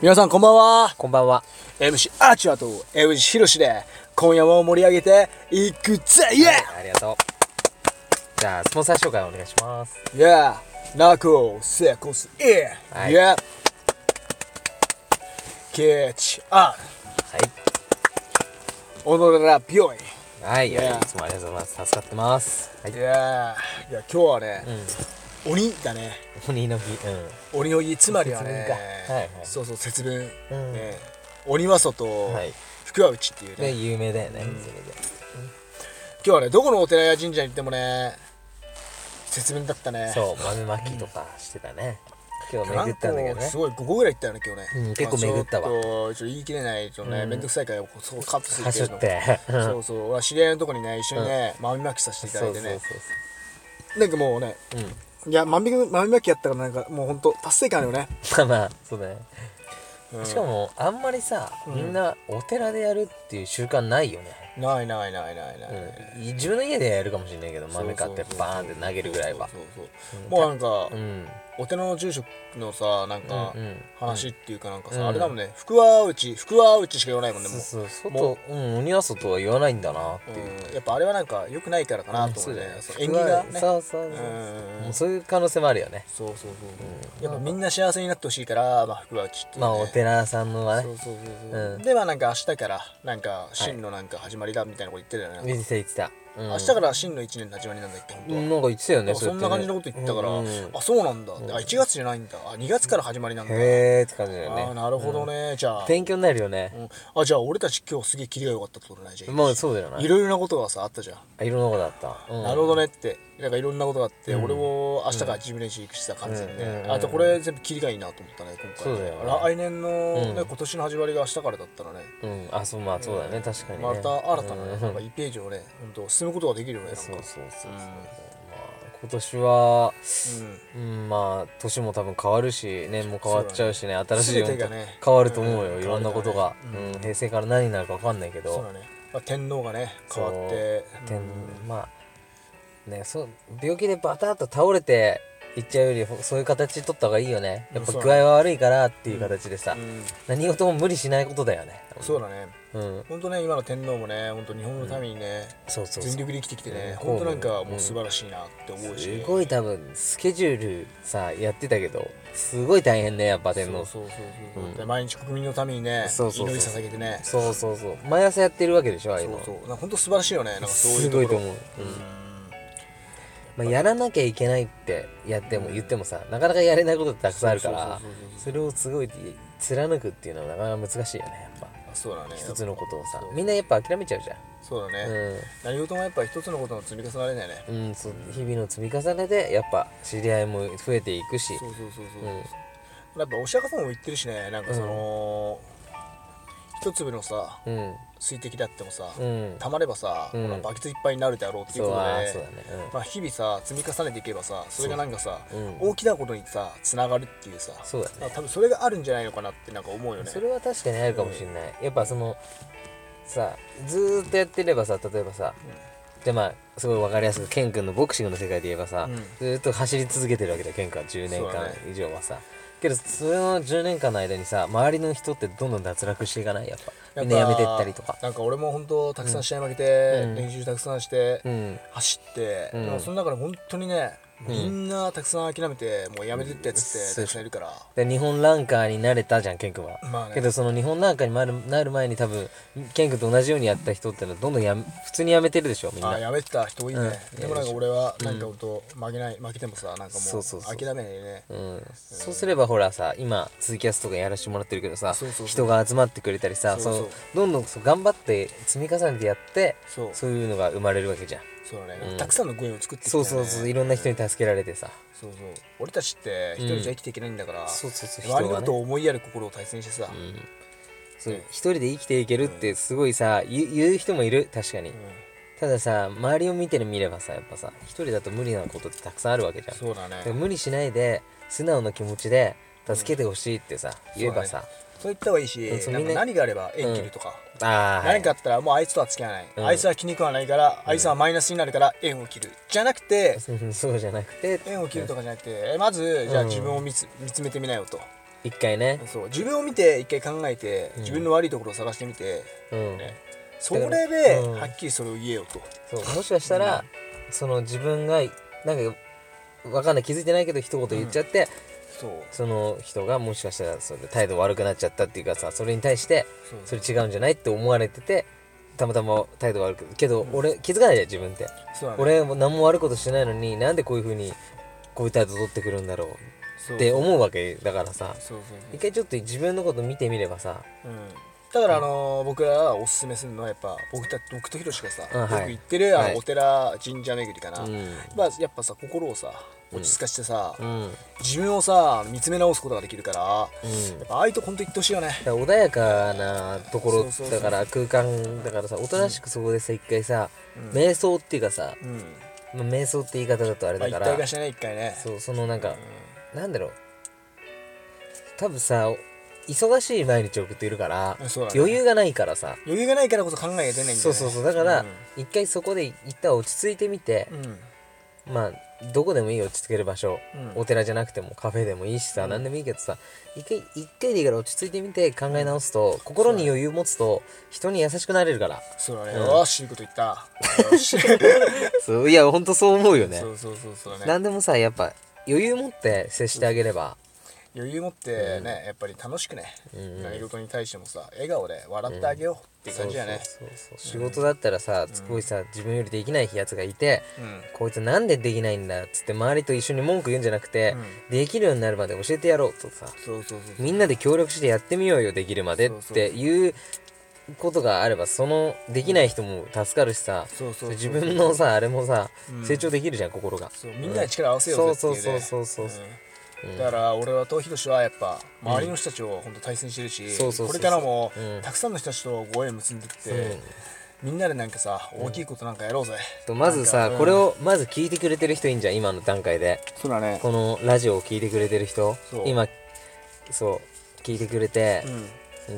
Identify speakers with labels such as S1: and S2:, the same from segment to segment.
S1: 皆さんこんばんは
S2: こんばんは。
S1: MC アーチャーと MC ヒロシで今夜も盛り上げていくぜイエ
S2: はいありがとう。じゃあ、スポンサー紹介お願いします。
S1: ーイエーナコセコスイエ
S2: は
S1: ー
S2: い
S1: イエーケチア
S2: はい。
S1: オノララ病院
S2: はい、いや
S1: Yeah
S2: いつもありがとうございます。助かってます。はい
S1: イ。エーいや今日はね
S2: う、ん。
S1: 鬼だね
S2: 鬼の日。
S1: 鬼の家つまりはね
S2: 節分かはいはい
S1: そうそう節分、
S2: うん
S1: ね鬼は外、
S2: うん。はい。
S1: 福は内っていうね
S2: で、有名だよね。それで。
S1: 今日はねどこのお寺や神社に行ってもね節分だったね
S2: そう、豆まきとかしてたね。今日
S1: なん
S2: 巡っ
S1: か
S2: たんだけ
S1: も
S2: ど
S1: う
S2: ね
S1: す。ごい5個ぐらい行ったよね今日ね、
S2: うん結構巡ったわ
S1: まあちょっとちょっと言い切れないとね
S2: うん
S1: 面倒くさいからそこカットする
S2: は
S1: け
S2: し
S1: れ
S2: ょっ
S1: ども
S2: て。うん
S1: そうそう俺は知り合いのとこにね一緒にね豆まきさせていただ
S2: そ
S1: いう
S2: そう
S1: て
S2: そう
S1: ねなんかもうね
S2: そう。うん。
S1: いや豆まき豆まきやったからなんかもうほんと達成感あるよね、
S2: まあまあ、そうだね。
S1: うん
S2: しかも、あんまりさ、
S1: ん
S2: みんなお寺でやるっていう習慣ないよね。
S1: ないないないないない、
S2: うん。自分の家でやるかもしれないけど、豆買っ
S1: そ
S2: て
S1: うそうそう
S2: バーンって投げるぐらいは
S1: そ。うそうそうもうなんか、
S2: うん。
S1: お寺の住職のさなんか
S2: うんうん
S1: 話っていうかなんかさ、
S2: うん
S1: あれだもんね福は内福は内しか言わないもんねもう
S2: そうそう
S1: も
S2: 外うん鬼は外は言わないんだなっていう、
S1: うんやっぱあれはなんか良くないからかなと思
S2: そうう
S1: ね
S2: だよね
S1: そう縁起がね
S2: そうそうそう
S1: うん
S2: もうそういう可能性もあるよね
S1: そうそうそうそうやっぱみんな幸せになってほしいからまあ福は内っていうね
S2: まあお寺さんのは
S1: そ
S2: ね
S1: うそうそうそう
S2: うん
S1: でまあなんか明日からなんか真のなんか始まりだみたいなこと言ってたよね、
S2: 水瀬言ってた、うん、
S1: 明日から真の一年の始まりなんだっけ本当は、
S2: うんなんか言ってたよね
S1: あそんな感じのこと言ってたから、
S2: うんうん
S1: あそうなんだって、あ1月じゃないんだあ2月から始まりなんだ、
S2: へえって感じだ
S1: あ
S2: よね
S1: ーなるほどね、じゃあ、
S2: 勉強になるよね
S1: う、んあじゃあ俺たち今日すげえキリが良かったってことないじゃん、
S2: まあそうだよね
S1: いろいろなことがさあったじゃん、
S2: あいろんなことだった、うん、
S1: なるほどねってなんかいろんなことがあって、
S2: うん
S1: 俺も明日から自分練習行くしさ完全にね、
S2: うんうんうん
S1: あとこれ全部キリがいいなと思ったね今回
S2: そうだよね
S1: 来年の、ね
S2: うん
S1: 今年の始まりが明日からだったらね
S2: うんあそうまあそうだよね、確かにね
S1: また新たな,、
S2: うん
S1: なんか1ページをね本当進むことができるよねなんか
S2: そうそうそうそう、
S1: うん
S2: まあ今年は、
S1: うん
S2: うん、まあ年も多分変わるし年も変わっちゃうしね新しい
S1: 全
S2: も
S1: て
S2: の
S1: がね
S2: 変わると思うよ、
S1: うん
S2: いろんなことが、
S1: 変わるよね
S2: うん平成から何になるか分かんないけ
S1: そう
S2: ど
S1: だね、まあ、天皇がね変わって
S2: そう天
S1: うん
S2: まあねそう病気でバタッと倒れていっちゃうよりほそういう形取った方がいいよねやっぱ
S1: そう
S2: 具
S1: だね
S2: 合は悪いからっていう形でさ、
S1: うん
S2: 何事も無理しないことだよね
S1: そうだね
S2: うん
S1: 本当ね今の天皇もね本当日本のためにね、
S2: そうそう
S1: 全
S2: そう
S1: 力で生きてきて
S2: うん
S1: ね本当なんかもううん素晴らしいなって思うし、
S2: すごい多分スケジュールさやってたけどすごい大変ねやっぱ天皇
S1: そうそうそうそう、
S2: うん
S1: で毎日国民のためにね
S2: そうそうそ
S1: 祈
S2: う
S1: り捧げてねそ
S2: そうそうそう毎朝やってるわけでしょああいう
S1: う
S2: の
S1: そうなんか本当素晴らしいよねなんかそうい
S2: す
S1: うとこ
S2: ご
S1: ろ
S2: いと思う、うんまあ、やらなきゃいけないってやっても言ってもさなかなかやれないことってたくさんあるか
S1: そうそ
S2: ら
S1: うそうそう
S2: それをすごい貫くっていうのはなかなか難しいよねやっぱ
S1: あそうだね
S2: 一つのことをさ
S1: そう
S2: みんなやっぱ諦めちゃうじゃ
S1: そうだ
S2: ん
S1: ね、何事もやっぱ一つのことの積み重ねだよね
S2: うん、うん、そう日々の積み重ねでやっぱ知り合いも増えていくし
S1: そうそうそうそう、
S2: うん
S1: やっぱお釈迦様も言ってるしねなんかその、一粒のさ
S2: うん
S1: 水滴であってもさ、
S2: うん
S1: 溜まればさ、
S2: うん
S1: ほらバケツいっぱいになるであろうっていう
S2: そう
S1: こと
S2: あ
S1: で
S2: ーそうだね
S1: まあ、日々さ積み重ねていけばさそれがなんかさ、
S2: うん
S1: 大きなことにさつながるっていうさ
S2: そうだね
S1: 多分それがあるんじゃないのかなってなんか思うよ
S2: うん
S1: ね
S2: それは確かにあるかもしれない、やっぱそのさずーっとやってればさ例えばさ、でまあすごい分かりやすくケン君のボクシングの世界で言えばさ、
S1: うん
S2: ずーっと走り続けてるわけだよケン君は10年
S1: そうだ
S2: 間
S1: ね
S2: 以上はさ、けどその10年間の間にさ周りの人ってどんどん脱落していかないやっぱ
S1: やっぱ
S2: みんなやめてったりとか
S1: なんか俺も本当たくさん試合負けて、
S2: うん
S1: 練習たくさんして、
S2: うん
S1: 走って、
S2: うん
S1: でもその中で本当にね、
S2: ん
S1: みんなたくさん諦めてもうやめてってやつって
S2: そう
S1: たくさんいるから、
S2: で日本ランカーになれたじゃんケン君は、
S1: まあね
S2: けどその日本ランカーになるなる前に多分ケン君と同じようにやった人ってのはどんどんやめ普通にやめてるでしょみん
S1: あ
S2: な
S1: ーやめてた人多いね、
S2: うん
S1: でもなんか俺はなんか本当負けない負けてもさなんかも
S2: そうそうそうう
S1: 諦めないでね
S2: うん、そうすればほらさ今ツイキャスとかやらせてもらってるけどさ
S1: そうそうそう
S2: 人が集まってくれたりさ
S1: そうそう
S2: そのどんどんそう頑張って積み重ねてやって
S1: そう
S2: そういうのが生まれるわけじゃん
S1: そうだね、
S2: うん
S1: たくさんのご縁を作ってきた
S2: そ
S1: よ
S2: う
S1: ね
S2: そうそういろんな人に助けられてさ、
S1: そうそう俺たちって一人じゃ生きていけないんだから、
S2: そうそうそう
S1: 周りのこ
S2: 人
S1: と
S2: がね
S1: を思いやる心を大切にしてさ、
S2: うん、そう一人で生きていけるってすごいさ言う言う人もいる確かに、たださ周りを見てる見ればさやっぱさ一人だと無理なことってたくさんあるわけじゃん
S1: そうだ
S2: だから
S1: ね
S2: 無理しないで素直な気持ちで助けてほしいってさ、言えばさ、
S1: そう言った方がいいし、
S2: うんそう
S1: なんか
S2: みんな
S1: 何があれば縁切るとか、
S2: ああ
S1: 何かあったらもうあいつとは付き合わない、
S2: うん
S1: あいつは気に食わないから、あいつはマイナスになるから縁を切るじゃなくて
S2: そうそうじゃなくて
S1: 縁を切るとかじゃなくて、えまずじゃあ自分を見つ,、見つめてみなよと
S2: 一回ね
S1: そう自分を見て一回考えて
S2: うん
S1: 自分の悪いところを探してみて、
S2: うん
S1: ねそれで
S2: うん
S1: はっきりそれを言えよと、
S2: そうもしかしたら、その自分がなんかわかんない気づいてないけど一言言っちゃって、
S1: そう
S2: その人がもしかしたらそれで態度悪くなっちゃったっていうかさそれに対して
S1: そう
S2: それ違うんじゃないって思われててたまたま態度悪くけど俺気づかないじゃん自分って、
S1: そうだね
S2: 俺も何も悪いことしてないのになんでこういうふうにこういう態度取ってくるんだろう
S1: そう
S2: って思うわけだからさ
S1: そうそうそう
S2: 一回ちょっと自分のこと見てみればさ
S1: うんだからあのー僕らがおすすめするのはやっぱ僕た僕とヒロシがさ、
S2: うんはい
S1: よく行ってるあ
S2: はい
S1: のお寺神社巡りかな、
S2: うん
S1: まあやっぱさ心をさ落ち着かしてさ、
S2: うん、うん、
S1: 自分をさ見つめ直すことができるから、やっぱああいうとこ本当行ってほしいよね
S2: だから穏やかなとこ
S1: そうそう
S2: ろ
S1: そう
S2: だから空間だからさおとなしくそこでさ一回さ、瞑想っていうかさ、
S1: うん
S2: まあ瞑想って言い方だとあれ
S1: まあ
S2: だ
S1: 一
S2: か
S1: 体
S2: ら
S1: 化してね一回ね
S2: そうそのなんか、なんだろう多分さ忙しい毎日を送っているから、
S1: うんそうだね
S2: 余裕がないからさ
S1: 余裕がないからこそ考えが出ないんだよね
S2: そうそうそうだから、
S1: うん
S2: 一回そこで一旦落ち着いてみて、
S1: うん
S2: まあどこでもいいよ落ち着ける場所、
S1: うん
S2: お寺じゃなくてもカフェでもいいしさ、何でもいいけどさ一回一回でいいから落ち着いてみて考え直すと、心に余裕持つと人に優しくなれるから、
S1: そうだね、
S2: うん
S1: よーしいいこと言ったよし
S2: そういやほんとそう思うよね
S1: そうそうそうそうだね
S2: 何でもさやっぱ余裕持って接してあげれば
S1: 余裕持ってね、やっぱり楽しくね、何事に対してもさ笑顔で笑ってあげようって感じだよね、
S2: そうそうそう仕事だったらさすごいさ自分よりできないやつがいて、
S1: うん
S2: こいつなんでできないんだっつって周りと一緒に文句言うんじゃなくて、できるようになるまで教えてやろうとさ
S1: そうそうそう
S2: みんなで協力してやってみようよできるまでっ
S1: そうそう
S2: ていうことがあればそのできない人も助かるしさ、
S1: そうそうそう
S2: 自分のさあれもさ、成長できるじゃん心が
S1: そうみんなで力合わせようぜっていう、ね、
S2: そうそうそうそうそ
S1: うんだから俺はとひろしはやっぱ周りの人たちを本当大切にしてるし、
S2: そうそうそうそう
S1: これからも
S2: うん
S1: たくさんの人たちとご縁結んでって、
S2: うん
S1: みんなでなんかさ大きいことなんかやろうぜ、
S2: とまずさ、
S1: なんか
S2: これをまず聞いてくれてる人いいんじゃん今の段階で
S1: そうだね
S2: このラジオを聞いてくれてる人
S1: そう
S2: 今そう聞いてくれて
S1: う、ん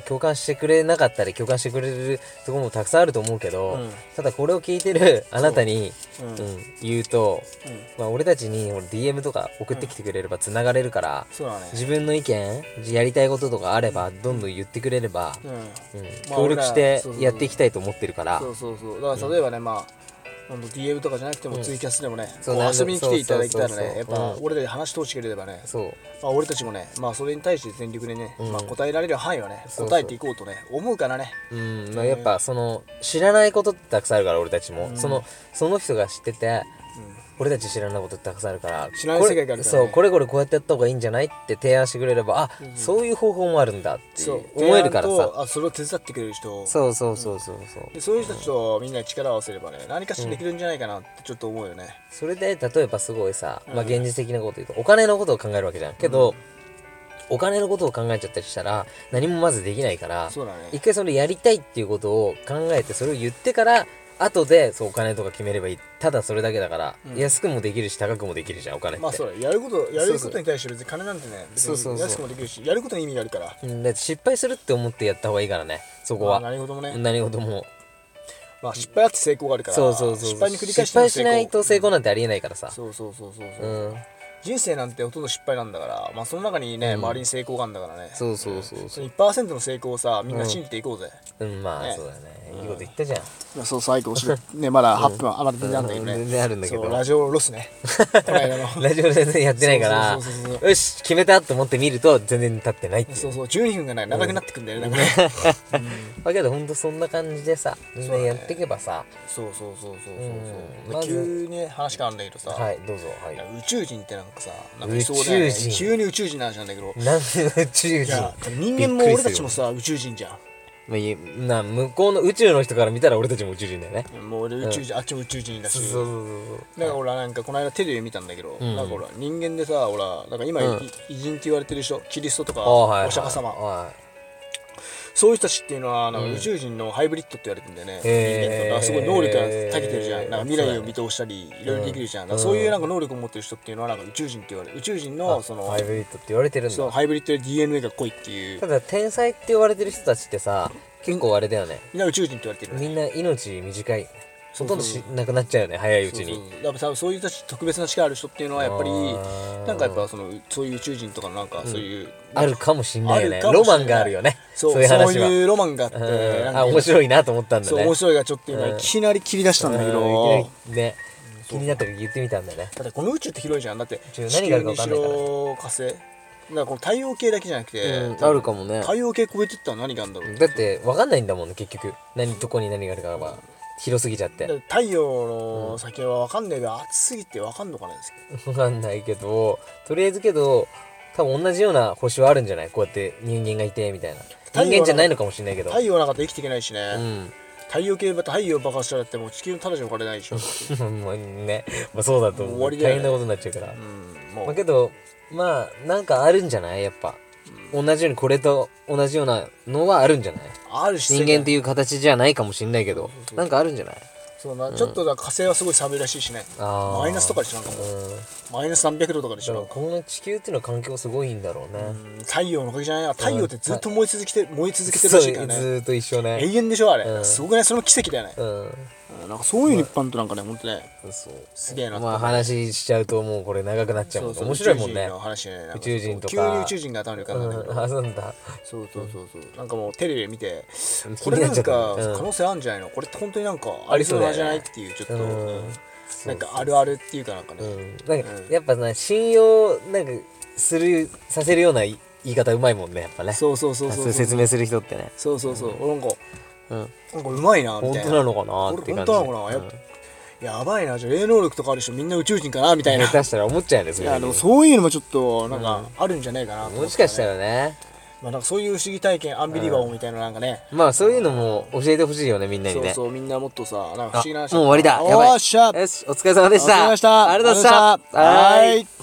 S2: 共感してくれなかったり共感してくれるところもたくさんあると思うけど、
S1: うん
S2: ただこれを聞いてるあなたに、
S1: う
S2: うん
S1: ん
S2: 言うと、
S1: うん
S2: まあ、俺たちにほら DM とか送ってきてくれればつながれるから、
S1: そうだね
S2: 自分の意見やりたいこととかあればどんどん言ってくれれば、
S1: うん、
S2: うん
S1: まあ
S2: 協力して
S1: 俺ら
S2: やっていきたいと思ってるから。
S1: そうそうそうだから例えばね、まあほんと DM とかじゃなくてもツイキャスでもね、
S2: そう
S1: こ
S2: な
S1: うん
S2: だ
S1: 遊びに来ていただけたら
S2: そうそうそう
S1: ねやっぱ
S2: うん
S1: 俺らで話通してくれればね、
S2: そう
S1: まあ、俺たちもね、まあ、それに対して全力でね、
S2: ん
S1: まあ、答えられる範囲はね
S2: そうそう
S1: 答えていこうとね思うからね
S2: うんまあ、やっぱその知らないことってたくさんあるから俺たちも、そのその人が知ってて、俺たち知らないことってたくさんあるから
S1: 知らない世界があるからね
S2: これそうこれこれこうやってやった方がいいんじゃないって提案してくれればあ、そういう方法もあるんだって
S1: そう
S2: 思えるから
S1: 提案
S2: さ
S1: とあそれを手伝ってくれる人
S2: そうそうそうそうそう、
S1: でそういう人たちとみんなで力を合わせればね何かしらできるんじゃないかなってちょっと思うよね、
S2: それで例えばすごいさ、まあ、現実的なこと言うとお金のことを考えるわけじゃんけど、お金のことを考えちゃったりしたら何もまずできないから
S1: そうだね
S2: 一回そのやりたいっていうことを考えてそれを言ってから後でそうお金とか決めればいいただそれだけだから、安くもできるし高くもできるじゃんお金って、
S1: まあそうだやることやることに対して別に金なんてね別
S2: そうそう
S1: に
S2: そう
S1: 安くもできるしやることに意味があるから
S2: うんだって失敗するって思ってやった方がいいからねそこ
S1: まあ
S2: は、
S1: 何事もね、
S2: 何事も
S1: まあ失敗あって成功があるから
S2: そうそうそう
S1: 失敗に繰り返して
S2: 失
S1: も
S2: 敗
S1: 成
S2: し
S1: 功
S2: ないと成功なんてありえないからさ、
S1: そうそうそうそうそうう、
S2: ん
S1: 人生なんてほとんど失敗なんだからまあその中にね、周りに成功があるんだからね
S2: そうそうそう
S1: そ
S2: そう
S1: の1%の成功をさみんな信じていこうぜ、
S2: うんまあ、
S1: ね
S2: そうだねいいこと言ったじゃん、
S1: いやそう最後お しねまだ8分余ってなんだけどね、
S2: 全然あるんだけど
S1: そうラジオロス ねこの間の
S2: ラジオ全然やってないから
S1: そうそうそうそ
S2: よし決めたと思って見ると全然経ってないっていう
S1: そうそう12分がない長くなってくんだよね、なんかね
S2: だけどほんとそんな感じでさみんなやっていけばさ、
S1: そうそうそうそうそう
S2: うん
S1: そう、
S2: まず
S1: 急にね話変わるんだけどさ、
S2: はいどうぞはいい
S1: や宇宙人ってなんかさなんかいそうだよね
S2: 宇宙人
S1: 急に宇宙人の話なんだけど
S2: なんで宇宙
S1: い
S2: 人
S1: や人間も
S2: び
S1: 俺
S2: っくりす
S1: た
S2: る
S1: ちもさ宇宙人じゃ
S2: まあいいな向こうの宇宙の人から見たら俺たちも宇宙人だよね
S1: んもう俺宇宙人、あっちも宇宙人だし
S2: そうそうそうそう
S1: だから俺はなんかこの間テレビ見たんだけど、なんかほら人間でさほらなんか今、い偉人って言われてる人キリストとか
S2: あはいはい
S1: お釈迦様、
S2: は
S1: そういう人たちっていうのはなんか宇宙人のハイブリッドって言われてんだよね、人
S2: へー
S1: 間とかすごい能力が長けてるじゃんなんか未来
S2: そ
S1: を
S2: うだね
S1: 見通したりいろいろできるじゃん、なんかそういうなんか能力を持ってる人っていうのはなんか宇宙人って言われる宇宙人のそ
S2: い
S1: の
S2: ハイブリッドって言われてるん
S1: そう
S2: だ
S1: ハイブリッドで DNA が濃いっていう
S2: ただ天才って言われてる人たちってさ結構あれだよね
S1: みんな宇宙人って言われてるよね
S2: みんな命短いほとんどしなくなっちゃうよね早いうち
S1: そう
S2: に
S1: そうやっぱ多分そういう人たち特別な力ある人っていうのはやっぱり
S2: あー
S1: なんかやっぱそのそういう宇宙人とかのなんかそういう、
S2: あるかもしんないよね
S1: あるかも
S2: ロ
S1: しんな
S2: マ
S1: い
S2: ンがあるよね
S1: そうそ
S2: そ
S1: う
S2: ういう話は
S1: いうロマンがあって
S2: うん
S1: なんか
S2: あ面白いなと思ったんだ
S1: そう
S2: ね
S1: 面白いがちょっと今
S2: うん
S1: いきなり切り出したんだけ
S2: うんい
S1: ど
S2: きなりね気になったから言ってみたんだね
S1: だってこの宇宙って広いじゃんだって
S2: 宙
S1: 地
S2: 何があ
S1: 球
S2: るか
S1: に
S2: 分
S1: し
S2: かんないからね
S1: ろ火星だからこの太陽系だけじゃなくて、
S2: うんあるかもね
S1: 太陽系超えてったら何があるんだろう、
S2: だって分かんないんだもんね結局何どこに何があるかは広すぎちゃって
S1: だって太陽の先は分かんないけど暑すぎて分かんのかないですけど
S2: 分かんないけどとりあえずけど多分同じような星はあるんじゃないこうやって人間がいてみたいな
S1: 太陽は
S2: 人間じゃないのかもしれないけど
S1: 太陽なかったら生きていけないしね、
S2: うん
S1: 太陽系ば太陽ばかしたらだってもう地球のただじゃ置かれないでしょ、う
S2: もうね、まあ、そうだと
S1: もう
S2: 思
S1: 終わ
S2: う
S1: りだよ
S2: 大
S1: ね
S2: 変なことになっちゃうから、
S1: ん、も
S2: ま
S1: う
S2: あ、けどまあなんかあるんじゃないやっぱ同じようにこれと同じようなのはあるんじゃない
S1: あるし
S2: 人間っていう形じゃないかもしれないけどなんかあるんじゃない
S1: そうな、ちょっとだから火星はすごい寒いらしいしね
S2: あー
S1: マイナスとかでしょなんかもう
S2: うん
S1: マイナス300度とかでし
S2: だから
S1: ょ
S2: この地球っていうのは環境すごいんだろうね、
S1: うん太陽のおかげじゃないな太陽ってずっと燃え続けて、燃え続けてるらしいから
S2: そうず
S1: ね
S2: ーっと一緒ね
S1: 永遠でしょあれ、
S2: うん
S1: すごくないその奇跡だよね、
S2: うん
S1: うんなんかそういう日本となんかね本当ね
S2: そう
S1: すげえなって
S2: まあ話しちゃうともうこれ長くなっちゃうもんね面白いもん
S1: 宇宙人
S2: ね
S1: の話ねなん
S2: 宇宙人とか
S1: 急に宇宙人が頭に浮かんだんだけど、
S2: うんあそうなんだ
S1: そうそうそうそうなんかもうテレビで見て
S2: 気
S1: こ
S2: に
S1: れ
S2: な
S1: な
S2: っちゃ
S1: ん
S2: った
S1: か
S2: うん
S1: 可能性あるんじゃないの、これって本当になんか
S2: あ
S1: あ
S2: り
S1: り
S2: そ
S1: そうう
S2: だよね
S1: なじゃないっていうちょっと、
S2: うん
S1: うん
S2: そ
S1: な
S2: うん
S1: かあるあるっていうかなんかね、
S2: うんなんかやっぱな信用なんかするさせるような言い方うまいもんねやっぱね
S1: そうそうそうそうそう
S2: 説明する人ってね
S1: そうそうそう、俺なんか
S2: うん
S1: なんかうまいなみ
S2: 本
S1: たい
S2: 当
S1: な
S2: なのかなって
S1: 俺
S2: 感
S1: 本
S2: じ
S1: 当なのかなやっぱ、やばいなじゃあ霊能力とかある人みんな宇宙人かなみたいな、
S2: 下手したら思っちゃうよねそ
S1: い
S2: れ
S1: やでもそういうのもちょっとなんかあるんじゃないかなと思ってね、
S2: もしかしたらね
S1: まあなんかそういう不思議体験アンビリバボーみたいななんかね、
S2: まあそういうのも教えてほしいよねみんなに
S1: そう
S2: ね
S1: そうみんなもっとさなんか不
S2: あ
S1: 思議な話
S2: もう終わりだやばい
S1: おーっしゃ
S2: よしお疲れ様でした
S1: お疲れ様でした
S2: ありがとうございました
S1: ありがとうございました
S2: はー
S1: はいーい